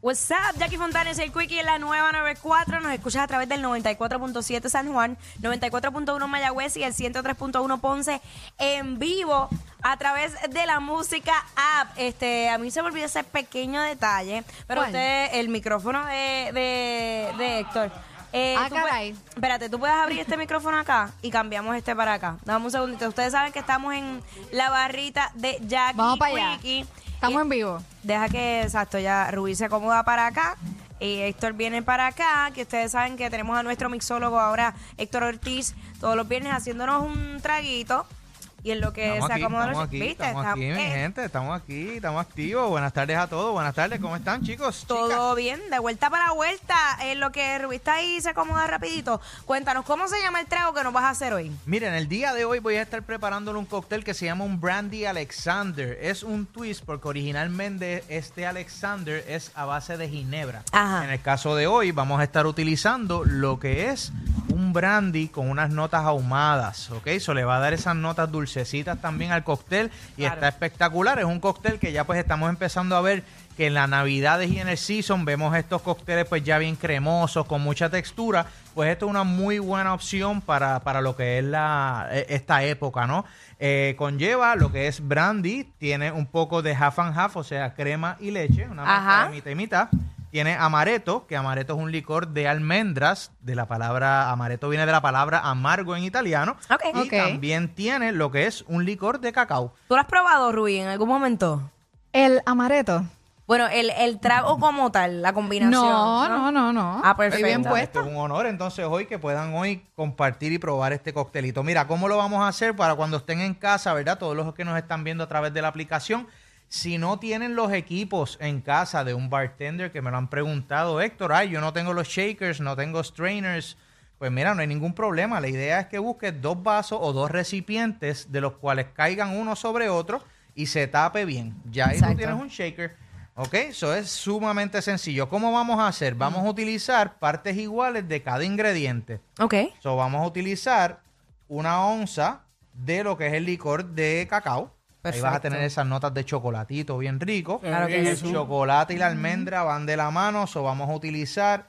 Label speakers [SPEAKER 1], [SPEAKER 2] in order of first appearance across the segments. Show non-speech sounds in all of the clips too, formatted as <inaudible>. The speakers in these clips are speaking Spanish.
[SPEAKER 1] What's up, Jackie Fontanes, el Quickie en la nueva 94. Nos escuchas a través del 94.7 San Juan, 94.1 Mayagüez y el 103.1 Ponce en vivo a través de la música app. Este, a mí se me olvidó ese pequeño detalle, pero
[SPEAKER 2] ¿Cuál?
[SPEAKER 1] usted, el micrófono de, de- de Héctor. Eh,
[SPEAKER 2] Ah,
[SPEAKER 1] tú puedes-
[SPEAKER 2] caray.
[SPEAKER 1] espérate, tú puedes abrir este micrófono acá y cambiamos este para acá. Dame un segundito. Ustedes saben que estamos en la barrita de Jackie
[SPEAKER 2] Vamos para allá.
[SPEAKER 1] Quickie.
[SPEAKER 2] Estamos en vivo.
[SPEAKER 1] Deja que, exacto, ya Rubí se acomoda para acá. Y Héctor viene para acá, que ustedes saben que tenemos a nuestro mixólogo ahora, Héctor Ortiz, todos los viernes haciéndonos un traguito. Y en lo que
[SPEAKER 3] Estamos
[SPEAKER 1] se
[SPEAKER 3] aquí,
[SPEAKER 1] acomoda
[SPEAKER 3] estamos
[SPEAKER 1] los-
[SPEAKER 3] aquí,
[SPEAKER 1] ¿viste?
[SPEAKER 3] estamos aquí, mi
[SPEAKER 1] Eh,
[SPEAKER 3] gente, estamos aquí, estamos activos. Buenas tardes a todos, buenas tardes, ¿cómo están, chicos?
[SPEAKER 1] Todo bien, de vuelta para vuelta. En lo que Rubí está ahí y se acomoda rapidito. Cuéntanos, ¿cómo se llama el trago que nos vas a hacer hoy?
[SPEAKER 3] Miren, el día de hoy voy a estar preparándole un cóctel que se llama un Brandy Alexander. Es un twist porque originalmente este Alexander es a base de ginebra.
[SPEAKER 1] Ajá.
[SPEAKER 3] En el caso de hoy vamos a estar utilizando lo que es un brandy con unas notas ahumadas, ¿ok? Eso le va a dar esas notas dulcecitas también al cóctel y
[SPEAKER 1] Claro.
[SPEAKER 3] está espectacular. Es un cóctel que ya pues estamos empezando a ver que en las navidades y en el season vemos estos cócteles pues ya bien cremosos, con mucha textura, pues esto es una muy buena opción para, para lo que es la, e- esta época, ¿no? Eh, conlleva lo que es brandy, tiene un poco de half and half, o sea, crema y leche, una mezcla
[SPEAKER 1] Ajá.
[SPEAKER 3] de mitad y mitad. Tiene amaretto, que amaretto es un licor de almendras, de la palabra, amaretto viene de la palabra amargo en italiano.
[SPEAKER 1] Ok.
[SPEAKER 3] Y
[SPEAKER 2] Ok.
[SPEAKER 3] también tiene lo que es un licor de cacao.
[SPEAKER 1] ¿Tú lo has probado, Rubí, en algún momento?
[SPEAKER 2] El amareto.
[SPEAKER 1] Bueno, el, el trago como tal, la combinación.
[SPEAKER 2] No, no, no, no.
[SPEAKER 1] Ah, perfecto.
[SPEAKER 2] Estoy bien
[SPEAKER 3] Nada, esto
[SPEAKER 2] puesta.
[SPEAKER 3] Es un honor entonces hoy que puedan hoy compartir y probar este coctelito. Mira, ¿cómo lo vamos a hacer para cuando estén en casa, verdad? Todos los que nos están viendo a través de la aplicación. Si no tienen los equipos en casa de un bartender que me lo han preguntado, Héctor, ay, yo no tengo los shakers, no tengo strainers. Pues mira, no hay ningún problema. La idea es que busques dos vasos o dos recipientes de los cuales caigan uno sobre otro y se tape bien. Ya ahí tú
[SPEAKER 2] Exacto.
[SPEAKER 3] tienes un shaker. ¿Ok? Eso es sumamente sencillo. ¿Cómo vamos a hacer? Vamos a utilizar partes iguales de cada ingrediente.
[SPEAKER 1] Ok.
[SPEAKER 3] So, vamos a utilizar una onza de lo que es el licor de cacao. Ahí vas a
[SPEAKER 1] Perfecto.
[SPEAKER 3] tener esas notas de chocolatito bien rico.
[SPEAKER 1] Claro que
[SPEAKER 3] el
[SPEAKER 1] sí.
[SPEAKER 3] chocolate y la almendra van de la mano. So, vamos a utilizar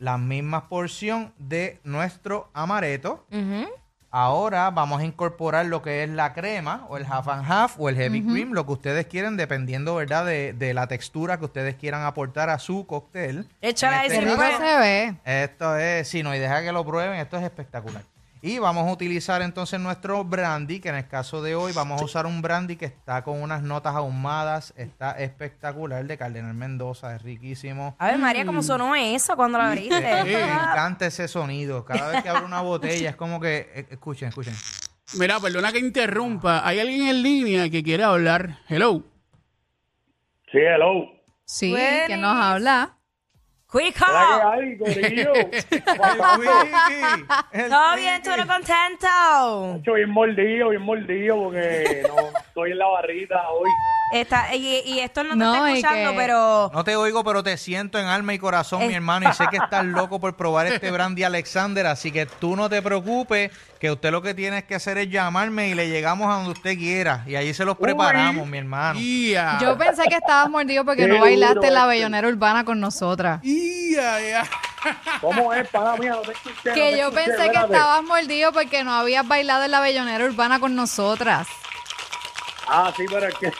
[SPEAKER 3] las mismas porción de nuestro amareto.
[SPEAKER 1] Ujú.
[SPEAKER 3] Ahora vamos a incorporar lo que es la crema o el half and half o el heavy cream, lo que ustedes quieren, dependiendo, ¿verdad?, de, de la textura que ustedes quieran aportar a su cóctel.
[SPEAKER 1] Échala
[SPEAKER 3] En este
[SPEAKER 1] ahí,
[SPEAKER 2] Qué
[SPEAKER 1] si
[SPEAKER 3] caso,
[SPEAKER 2] rico
[SPEAKER 1] puede.
[SPEAKER 2] se ve.
[SPEAKER 3] Esto es, si no, y deja que lo prueben, esto es espectacular. Y vamos a utilizar entonces nuestro brandy, que en el caso de hoy vamos a usar un brandy que está con unas notas ahumadas, está espectacular, de Cardenal Mendoza, es riquísimo.
[SPEAKER 1] A ver, María,
[SPEAKER 2] Mm.
[SPEAKER 1] ¿cómo sonó eso cuando la abriste?
[SPEAKER 2] <laughs>
[SPEAKER 3] Me encanta ese sonido, cada vez que abro una botella es como que, eh, escuchen, escuchen.
[SPEAKER 4] Mira, perdona que interrumpa. Hay alguien en línea que quiere hablar. Hello.
[SPEAKER 5] Sí, hello.
[SPEAKER 2] Sí,
[SPEAKER 1] Buenis.
[SPEAKER 2] que nos habla.
[SPEAKER 1] ¡Quick Hop!
[SPEAKER 2] Ah.
[SPEAKER 5] Hola, ¿qué hay,
[SPEAKER 2] <laughs>
[SPEAKER 5] gorillo?
[SPEAKER 3] El wiki, <laughs> el
[SPEAKER 1] Todo bien,
[SPEAKER 3] wiki.
[SPEAKER 1] tú no contento.
[SPEAKER 5] Estoy bien mordido, bien mordido, porque no estoy en la barrita hoy.
[SPEAKER 1] Está, y, y esto no te
[SPEAKER 2] No,
[SPEAKER 1] está
[SPEAKER 2] es
[SPEAKER 1] escuchando,
[SPEAKER 2] que-
[SPEAKER 1] pero.
[SPEAKER 3] No te oigo, pero te siento en alma y corazón, mi
[SPEAKER 1] Es-
[SPEAKER 3] hermano. Y sé
[SPEAKER 1] <laughs>
[SPEAKER 3] que estás loco por probar este brandy Alexander. Así que tú no te preocupes, que usted lo que tienes que hacer es llamarme y le llegamos a donde usted quiera. Y ahí se los preparamos, mi hermano.
[SPEAKER 4] Ia.
[SPEAKER 2] Yo pensé que estabas mordido porque
[SPEAKER 5] Ah. Qué
[SPEAKER 2] no bailaste
[SPEAKER 5] duro
[SPEAKER 2] la
[SPEAKER 5] este.
[SPEAKER 2] bellonera urbana con nosotras.
[SPEAKER 4] Ia, ia.
[SPEAKER 5] ¿Cómo es, pana mía? No te escuché, no te
[SPEAKER 2] Que yo
[SPEAKER 5] escuché,
[SPEAKER 2] pensé que
[SPEAKER 5] espérate.
[SPEAKER 2] estabas mordido porque no habías bailado en la bellonera urbana con nosotras.
[SPEAKER 1] <laughs>
[SPEAKER 5] Ah, sí, pero es que...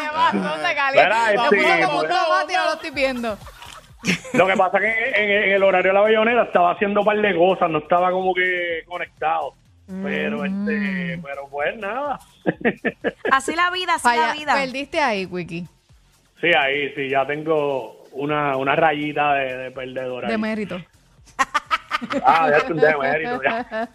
[SPEAKER 5] Espera,
[SPEAKER 2] Me puso como un
[SPEAKER 5] este,
[SPEAKER 2] tomate y no lo estoy viendo.
[SPEAKER 5] lo que pasa es que en, en el horario de la bayonera estaba haciendo un par de cosas, no estaba como que conectado. Pero,
[SPEAKER 2] Mm.
[SPEAKER 5] este, pero pues nada. <laughs>
[SPEAKER 1] Así la vida, así
[SPEAKER 2] Falla-
[SPEAKER 1] la vida.
[SPEAKER 2] Perdiste ahí, Wiki,
[SPEAKER 5] Sí, ahí sí, ya tengo una, una rayita de, de perdedora.
[SPEAKER 2] de
[SPEAKER 5] ahí.
[SPEAKER 2] mérito.
[SPEAKER 5] Ah, ya es un
[SPEAKER 2] <laughs>
[SPEAKER 5] demérito, ya.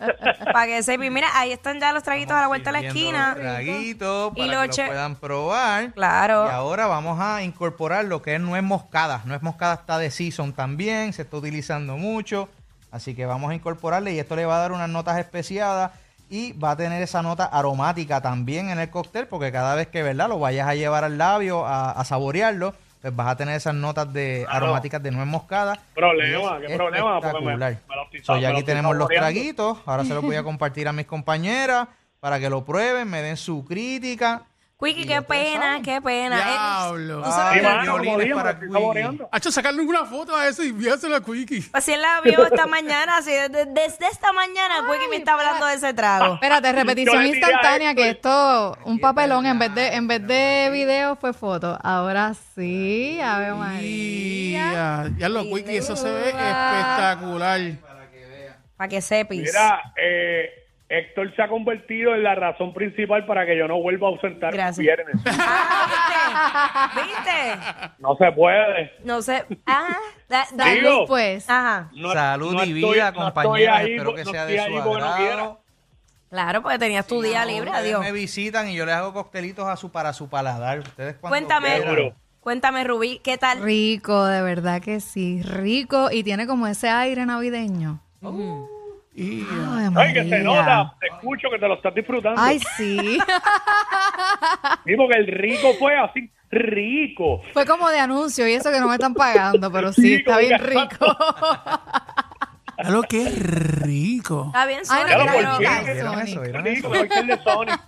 [SPEAKER 1] Para que sepa. Y mira, ahí están ya los traguitos a la vuelta de la
[SPEAKER 3] Sirviendo
[SPEAKER 1] esquina.
[SPEAKER 3] los traguitos
[SPEAKER 1] Y
[SPEAKER 3] para
[SPEAKER 1] lo
[SPEAKER 3] que
[SPEAKER 1] che-
[SPEAKER 3] lo puedan probar.
[SPEAKER 1] Claro.
[SPEAKER 3] Y ahora vamos a incorporar lo que es nuez moscada. Nuez moscada está de season también, se está utilizando mucho. Así que vamos a incorporarle y esto le va a dar unas notas especiadas y va a tener esa nota aromática también en el cóctel porque cada vez que ¿verdad? lo vayas a llevar al labio a, a saborearlo, pues vas a tener esas notas de
[SPEAKER 5] Claro.
[SPEAKER 3] aromáticas de nuez moscada.
[SPEAKER 5] Problema,
[SPEAKER 3] Y es
[SPEAKER 5] qué problema, porque me-
[SPEAKER 3] espectacular.
[SPEAKER 5] me lo estoy-
[SPEAKER 3] So,
[SPEAKER 5] me
[SPEAKER 3] ya
[SPEAKER 5] lo
[SPEAKER 3] aquí
[SPEAKER 5] estoy
[SPEAKER 3] tenemos los
[SPEAKER 5] saboreando.
[SPEAKER 3] traguitos, ahora se los
[SPEAKER 5] <laughs>
[SPEAKER 3] voy a compartir a mis compañeras para que lo prueben, me den su crítica.
[SPEAKER 1] Quickie,
[SPEAKER 3] Y
[SPEAKER 1] qué
[SPEAKER 3] ya ustedes
[SPEAKER 1] pena,
[SPEAKER 3] saben.
[SPEAKER 1] qué pena. Eh,
[SPEAKER 4] Diablo.
[SPEAKER 1] tú sabes
[SPEAKER 5] Sí,
[SPEAKER 1] que-
[SPEAKER 3] Ay,
[SPEAKER 5] mano, como
[SPEAKER 3] violines
[SPEAKER 5] dije, me
[SPEAKER 3] para
[SPEAKER 5] estoy
[SPEAKER 3] Quickie.
[SPEAKER 5] saboreando.
[SPEAKER 4] Hacho, sacarle una foto a ese y enviársela a Quickie.
[SPEAKER 1] Así él la vio esta mañana, así, desde, desde esta mañana Quickie me está hablando de ese trago.
[SPEAKER 2] Espérate,
[SPEAKER 5] <laughs> Yo
[SPEAKER 2] repetición
[SPEAKER 5] le tiré a
[SPEAKER 2] instantánea, que esto, un papelón,
[SPEAKER 3] verdad,
[SPEAKER 2] en vez de, en vez de video fue foto. Ahora sí, Ave María.
[SPEAKER 4] Ya, ya lo Quickie, eso se ve espectacular.
[SPEAKER 1] Para que sepis.
[SPEAKER 5] Mira, eh, Héctor se ha convertido en la razón principal para que yo no vuelva a ausentar
[SPEAKER 1] Gracias.
[SPEAKER 2] <laughs>
[SPEAKER 5] los viernes.
[SPEAKER 1] Ah, ¿viste? ¿Viste?
[SPEAKER 5] No se puede.
[SPEAKER 1] No sé. Ajá. Da- da-
[SPEAKER 5] Digo.
[SPEAKER 2] Pues,
[SPEAKER 1] Ajá.
[SPEAKER 5] No-
[SPEAKER 3] Salud
[SPEAKER 5] no
[SPEAKER 3] y
[SPEAKER 5] estoy-
[SPEAKER 3] vida,
[SPEAKER 5] no estoy
[SPEAKER 3] compañeras.
[SPEAKER 5] ahí,
[SPEAKER 3] Espero que
[SPEAKER 5] no
[SPEAKER 3] sea
[SPEAKER 5] estoy
[SPEAKER 3] de su
[SPEAKER 5] ahí porque no
[SPEAKER 3] agrado.
[SPEAKER 1] Claro, porque tenías tu día
[SPEAKER 3] No,
[SPEAKER 1] libre,
[SPEAKER 3] ustedes
[SPEAKER 1] adiós.
[SPEAKER 3] Me visitan y yo les hago coctelitos a su para su paladar. Ustedes cuando
[SPEAKER 1] Cuéntame,
[SPEAKER 3] quieran.
[SPEAKER 5] Seguro.
[SPEAKER 1] cuéntame, Rubí, ¿qué tal?
[SPEAKER 2] rico, de verdad que sí, rico y tiene como ese aire navideño.
[SPEAKER 4] Y-
[SPEAKER 2] Ave
[SPEAKER 5] quiero. Uh. Ay, que
[SPEAKER 2] María.
[SPEAKER 5] se nota. Te escucho que te lo estás disfrutando.
[SPEAKER 2] Ay, sí. <laughs>
[SPEAKER 5] Sí, porque el rico fue así, rico.
[SPEAKER 2] Fue como de anuncio y eso que no me están pagando, pero sí,
[SPEAKER 5] Sí,
[SPEAKER 2] está
[SPEAKER 5] como
[SPEAKER 2] bien
[SPEAKER 5] que- <laughs>
[SPEAKER 2] rico.
[SPEAKER 4] Ya lo que rico.
[SPEAKER 1] Está bien,
[SPEAKER 2] Ay,
[SPEAKER 1] Sony,
[SPEAKER 5] Ya lo
[SPEAKER 1] pero-
[SPEAKER 5] volví.
[SPEAKER 2] Ay,
[SPEAKER 3] ¿Vieron
[SPEAKER 2] Sonic.
[SPEAKER 3] eso? ¿Vieron
[SPEAKER 5] Rico,
[SPEAKER 3] eso?
[SPEAKER 5] me voy a ir de Sony.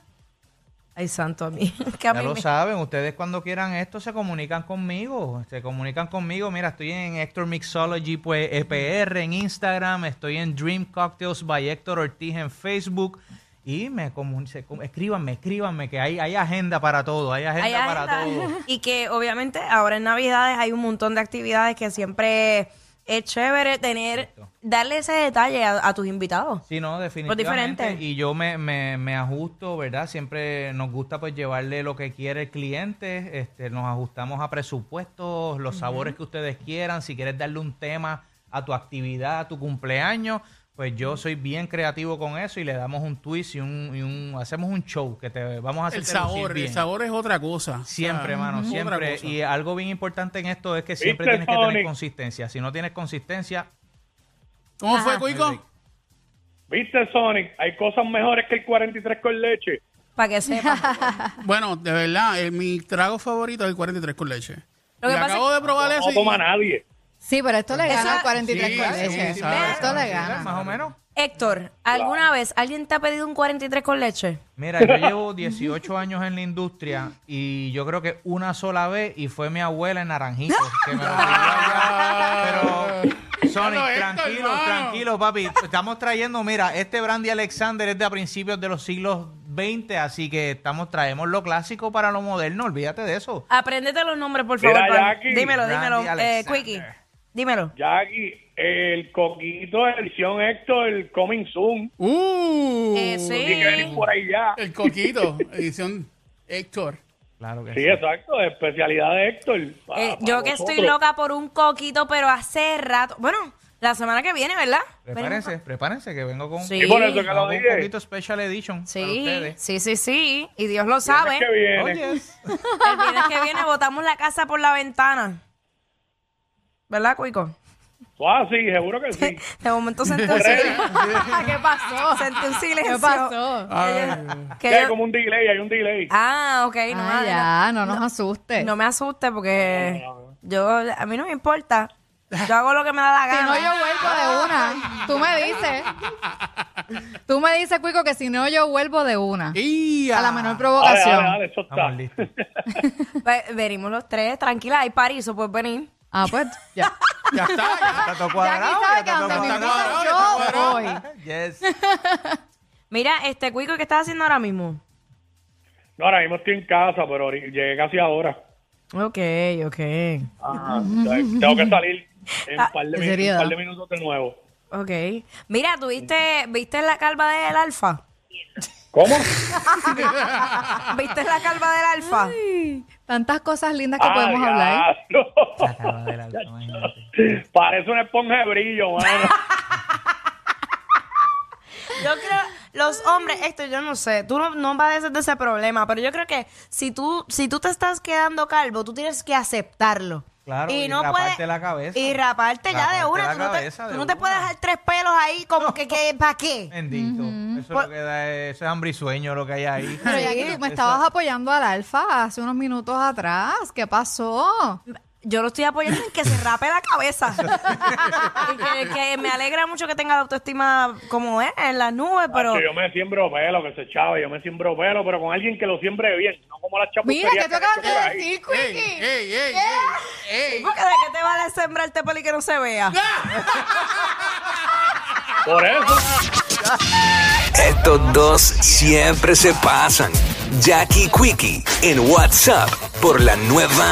[SPEAKER 1] Ay, santo a mí. <laughs> Que a
[SPEAKER 3] Ya
[SPEAKER 1] mí
[SPEAKER 3] lo
[SPEAKER 1] me-
[SPEAKER 3] saben, ustedes cuando quieran esto se comunican conmigo, se comunican conmigo, mira, estoy en Hector Mixology pues, EPR en Instagram, estoy en Dream Cocktails by Héctor Ortiz en Facebook y me comun- se com- escríbanme, escríbanme que hay, hay agenda para todo, hay agenda
[SPEAKER 1] Hay
[SPEAKER 3] para
[SPEAKER 1] agenda.
[SPEAKER 3] todo.
[SPEAKER 1] <laughs> Y que obviamente ahora en Navidades hay un montón de actividades que siempre es chévere tener, darle ese detalle a, a tus invitados.
[SPEAKER 3] Sí, no, definitivamente.
[SPEAKER 1] diferente.
[SPEAKER 3] Y yo me, me, me ajusto, ¿verdad? Siempre nos gusta pues llevarle lo que quiere el cliente, este, nos ajustamos a presupuestos, los sabores que ustedes quieran, si quieres darle un tema a tu actividad, a tu cumpleaños, pues yo soy bien creativo con eso y le damos un twist y un, y un hacemos un show que te vamos a hacer
[SPEAKER 4] El
[SPEAKER 3] lucir
[SPEAKER 4] sabor, el
[SPEAKER 3] bien.
[SPEAKER 4] sabor es otra cosa.
[SPEAKER 3] Siempre, hermano,
[SPEAKER 4] otra
[SPEAKER 3] siempre.
[SPEAKER 4] cosa.
[SPEAKER 3] Y algo bien importante en esto es que siempre
[SPEAKER 5] ¿Viste,
[SPEAKER 3] tienes que tener
[SPEAKER 5] Sonic?
[SPEAKER 3] consistencia. Si no tienes consistencia,
[SPEAKER 4] ¿Cómo fue, Cuico?
[SPEAKER 5] Viste, Sonic, hay cosas mejores que el 43 con leche.
[SPEAKER 1] Para que sepan.
[SPEAKER 4] Bueno, de verdad, eh, mi trago favorito es el 43 con leche.
[SPEAKER 1] Lo que
[SPEAKER 4] Y
[SPEAKER 1] pasa
[SPEAKER 4] acabo de probar
[SPEAKER 5] No
[SPEAKER 4] eso. y-
[SPEAKER 5] toma nadie.
[SPEAKER 2] Sí, pero esto le
[SPEAKER 1] Eso-
[SPEAKER 2] gana al 43
[SPEAKER 4] Sí,
[SPEAKER 2] con
[SPEAKER 4] sí,
[SPEAKER 2] leche.
[SPEAKER 4] sí,
[SPEAKER 1] sabe,
[SPEAKER 2] Esto
[SPEAKER 3] sabe,
[SPEAKER 2] le
[SPEAKER 3] más
[SPEAKER 2] gana.
[SPEAKER 3] o menos.
[SPEAKER 1] Héctor, ¿alguna vez alguien te ha pedido un 43 con leche?
[SPEAKER 3] Mira, yo llevo 18 años en la industria y yo creo que una sola vez y fue mi abuela en Naranjitos que me lo pidió
[SPEAKER 5] <laughs>
[SPEAKER 3] allá. Pero, Sonic,
[SPEAKER 4] Claro, esto,
[SPEAKER 3] tranquilo,
[SPEAKER 4] hermano.
[SPEAKER 3] tranquilo, papi. Estamos trayendo, mira, este Brandy Alexander es de a principios de los siglos 20, así que estamos traemos lo clásico para lo moderno, olvídate de eso.
[SPEAKER 1] Apréndete los nombres, por
[SPEAKER 5] Mira,
[SPEAKER 1] favor. pa-
[SPEAKER 5] Jackie.
[SPEAKER 1] dímelo,
[SPEAKER 3] Randy
[SPEAKER 1] dímelo. Eh,
[SPEAKER 3] Alexander.
[SPEAKER 1] Quickie, dímelo.
[SPEAKER 5] Jackie, el coquito de edición Héctor, el Coming Soon.
[SPEAKER 4] ¡Uh!
[SPEAKER 1] Eh,
[SPEAKER 5] Y que
[SPEAKER 1] sí.
[SPEAKER 5] venir por ahí ya.
[SPEAKER 4] El coquito, edición Héctor.
[SPEAKER 3] Claro que sí.
[SPEAKER 5] Sí, exacto, especialidad de Héctor. Pa-
[SPEAKER 1] Eh,
[SPEAKER 5] pa
[SPEAKER 1] yo que estoy
[SPEAKER 5] nosotros.
[SPEAKER 1] loca por un coquito, pero hace rato. Bueno, la semana que viene, ¿verdad?
[SPEAKER 3] Prepárense, prepárense que vengo con
[SPEAKER 1] Sí.
[SPEAKER 5] Y por eso que lo
[SPEAKER 3] con un
[SPEAKER 5] dije.
[SPEAKER 3] poquito special edition para
[SPEAKER 1] Sí,
[SPEAKER 3] ustedes.
[SPEAKER 1] sí, sí, sí. Y Dios lo sabe.
[SPEAKER 5] Es que viene. <laughs>
[SPEAKER 3] Oye,
[SPEAKER 1] El viernes que viene botamos la casa por la ventana. ¿Verdad, Cuico?
[SPEAKER 5] Ah, sí, seguro que
[SPEAKER 1] <laughs>
[SPEAKER 5] sí.
[SPEAKER 1] De momento sentí un silencio.
[SPEAKER 2] <laughs>
[SPEAKER 1] ¿Qué pasó? Sentí un silencio. Eh,
[SPEAKER 2] ¿Qué pasó?
[SPEAKER 1] Que
[SPEAKER 5] Que hay
[SPEAKER 1] yo-
[SPEAKER 5] como un delay, hay un delay.
[SPEAKER 1] Ah, ok. No,
[SPEAKER 2] Ah,
[SPEAKER 1] me-
[SPEAKER 2] ya, no nos asustes.
[SPEAKER 1] no me asuste porque yo a mí no me importa. Yo hago lo que me
[SPEAKER 2] <laughs>
[SPEAKER 1] da la
[SPEAKER 2] Si
[SPEAKER 1] gana.
[SPEAKER 2] no, yo vuelvo de una. Tú me dices. Tú me dices, Cuico, que si no, yo vuelvo de una.
[SPEAKER 4] Y
[SPEAKER 2] A la menor
[SPEAKER 5] Dale, dale,
[SPEAKER 2] provocación.
[SPEAKER 5] dale, eso está.
[SPEAKER 3] estamos listos.
[SPEAKER 1] Ve- Pues, Venimos los tres, tranquila, hay paraíso, puedes venir.
[SPEAKER 2] Ah, pues ya.
[SPEAKER 4] Ya está, ya.
[SPEAKER 3] Está todo
[SPEAKER 2] Ya aquí
[SPEAKER 3] cuadrado,
[SPEAKER 2] sabe que
[SPEAKER 3] ya está
[SPEAKER 2] donde
[SPEAKER 3] todo
[SPEAKER 2] me
[SPEAKER 4] está
[SPEAKER 3] cuadrado.
[SPEAKER 2] invitan
[SPEAKER 4] cuadrado, ya está
[SPEAKER 2] yo voy.
[SPEAKER 3] <laughs>
[SPEAKER 4] cuadrado.
[SPEAKER 3] Yes.
[SPEAKER 1] Mira, este Cuico, ¿qué estás haciendo ahora mismo?
[SPEAKER 5] No, ahora mismo estoy en casa, pero ahorita- llegué casi ahora.
[SPEAKER 1] Ok, ok.
[SPEAKER 5] Ah, tengo que salir en
[SPEAKER 1] Ah,
[SPEAKER 5] un par de
[SPEAKER 2] ¿en
[SPEAKER 5] min-
[SPEAKER 2] serio?
[SPEAKER 5] un par de minutos de nuevo.
[SPEAKER 1] Ok. Mira, ¿tuviste, viste la calva del <laughs> alfa?
[SPEAKER 5] ¿Cómo?
[SPEAKER 1] ¿Viste la calva del alfa?
[SPEAKER 2] Tantas cosas lindas
[SPEAKER 5] Ah,
[SPEAKER 2] que podemos hablar.
[SPEAKER 5] diablo. <laughs>
[SPEAKER 3] La cara del alfa, imagínate.
[SPEAKER 5] Parece una esponja de brillo, mano.
[SPEAKER 1] Yo creo, los hombres, esto yo no sé, tú no, no padeces de ese problema, pero yo creo que si tú, si tú te estás quedando calvo, tú tienes que aceptarlo.
[SPEAKER 3] Claro, y raparte la cabeza.
[SPEAKER 1] Y raparte ya de
[SPEAKER 3] Raparte
[SPEAKER 1] una.
[SPEAKER 3] la
[SPEAKER 1] Tú no, te,
[SPEAKER 3] cabeza de
[SPEAKER 1] tú no te
[SPEAKER 3] una.
[SPEAKER 1] puedes dejar tres pelos ahí como que, que ¿para qué?
[SPEAKER 3] Bendito. Eso es lo que da, eh, eso es hambre y sueño lo que hay ahí.
[SPEAKER 2] Pues Pero ya que tú me
[SPEAKER 3] Eso-
[SPEAKER 2] estabas apoyando al alfa hace unos minutos atrás. ¿Qué pasó?
[SPEAKER 1] Yo lo estoy apoyando en que se rape la cabeza. y que, que me alegra mucho que tenga la autoestima como es, en las nubes, pero...
[SPEAKER 5] Yo me siembro pelo, que se chave, yo me siembro pelo, pero con alguien que lo siembre bien, no como la
[SPEAKER 2] Mira,
[SPEAKER 5] chapucería
[SPEAKER 2] ¿qué tú
[SPEAKER 5] han
[SPEAKER 2] acabas
[SPEAKER 5] hecho por
[SPEAKER 2] de
[SPEAKER 5] ahí.
[SPEAKER 2] decir,
[SPEAKER 4] ¡Ey,
[SPEAKER 2] Quickie?
[SPEAKER 4] ey, ey! ey, ey.
[SPEAKER 1] Porque de qué te vale sembrarte pelo y que no se vea.
[SPEAKER 5] Por eso.
[SPEAKER 6] Estos dos siempre se pasan. Jackie Quickie en WhatsApp por la nueva